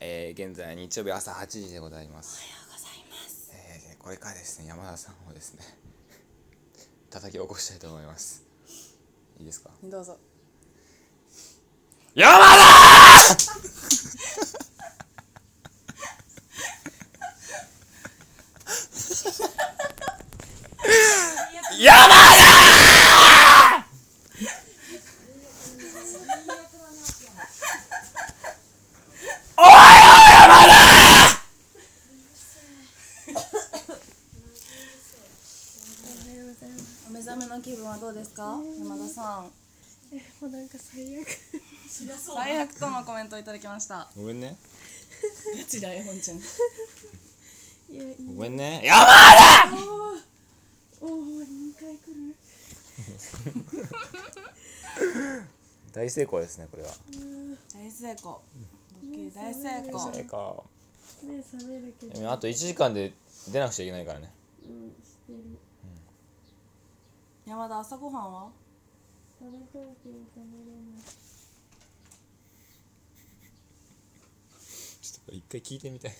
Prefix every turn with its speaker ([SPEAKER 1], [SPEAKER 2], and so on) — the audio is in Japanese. [SPEAKER 1] えー現在日曜日朝8時でございます、
[SPEAKER 2] おはようございます
[SPEAKER 1] えーこれからですね山田さんをですね 叩き起こしたいと思いますいいですか
[SPEAKER 2] どうぞ
[SPEAKER 1] 山田山
[SPEAKER 2] お目覚めの気分はどうですか山田さん
[SPEAKER 3] もうなんか最悪
[SPEAKER 2] 最悪とのコメントをいただきました
[SPEAKER 1] ごめんね
[SPEAKER 2] ガチ台本ちゃん
[SPEAKER 3] いやいい
[SPEAKER 1] ごめんね山田
[SPEAKER 3] おお2回来る
[SPEAKER 1] 大成功ですねこれは
[SPEAKER 2] 大成功ドッキリ大成功
[SPEAKER 1] 成功
[SPEAKER 3] 目覚めるけど
[SPEAKER 1] でもあと1時間で出なくちゃいけないからね
[SPEAKER 3] うんしてる
[SPEAKER 2] 山田朝ごはんは
[SPEAKER 3] 食べたいけど食べれない
[SPEAKER 1] ちょっと一回聞いてみたい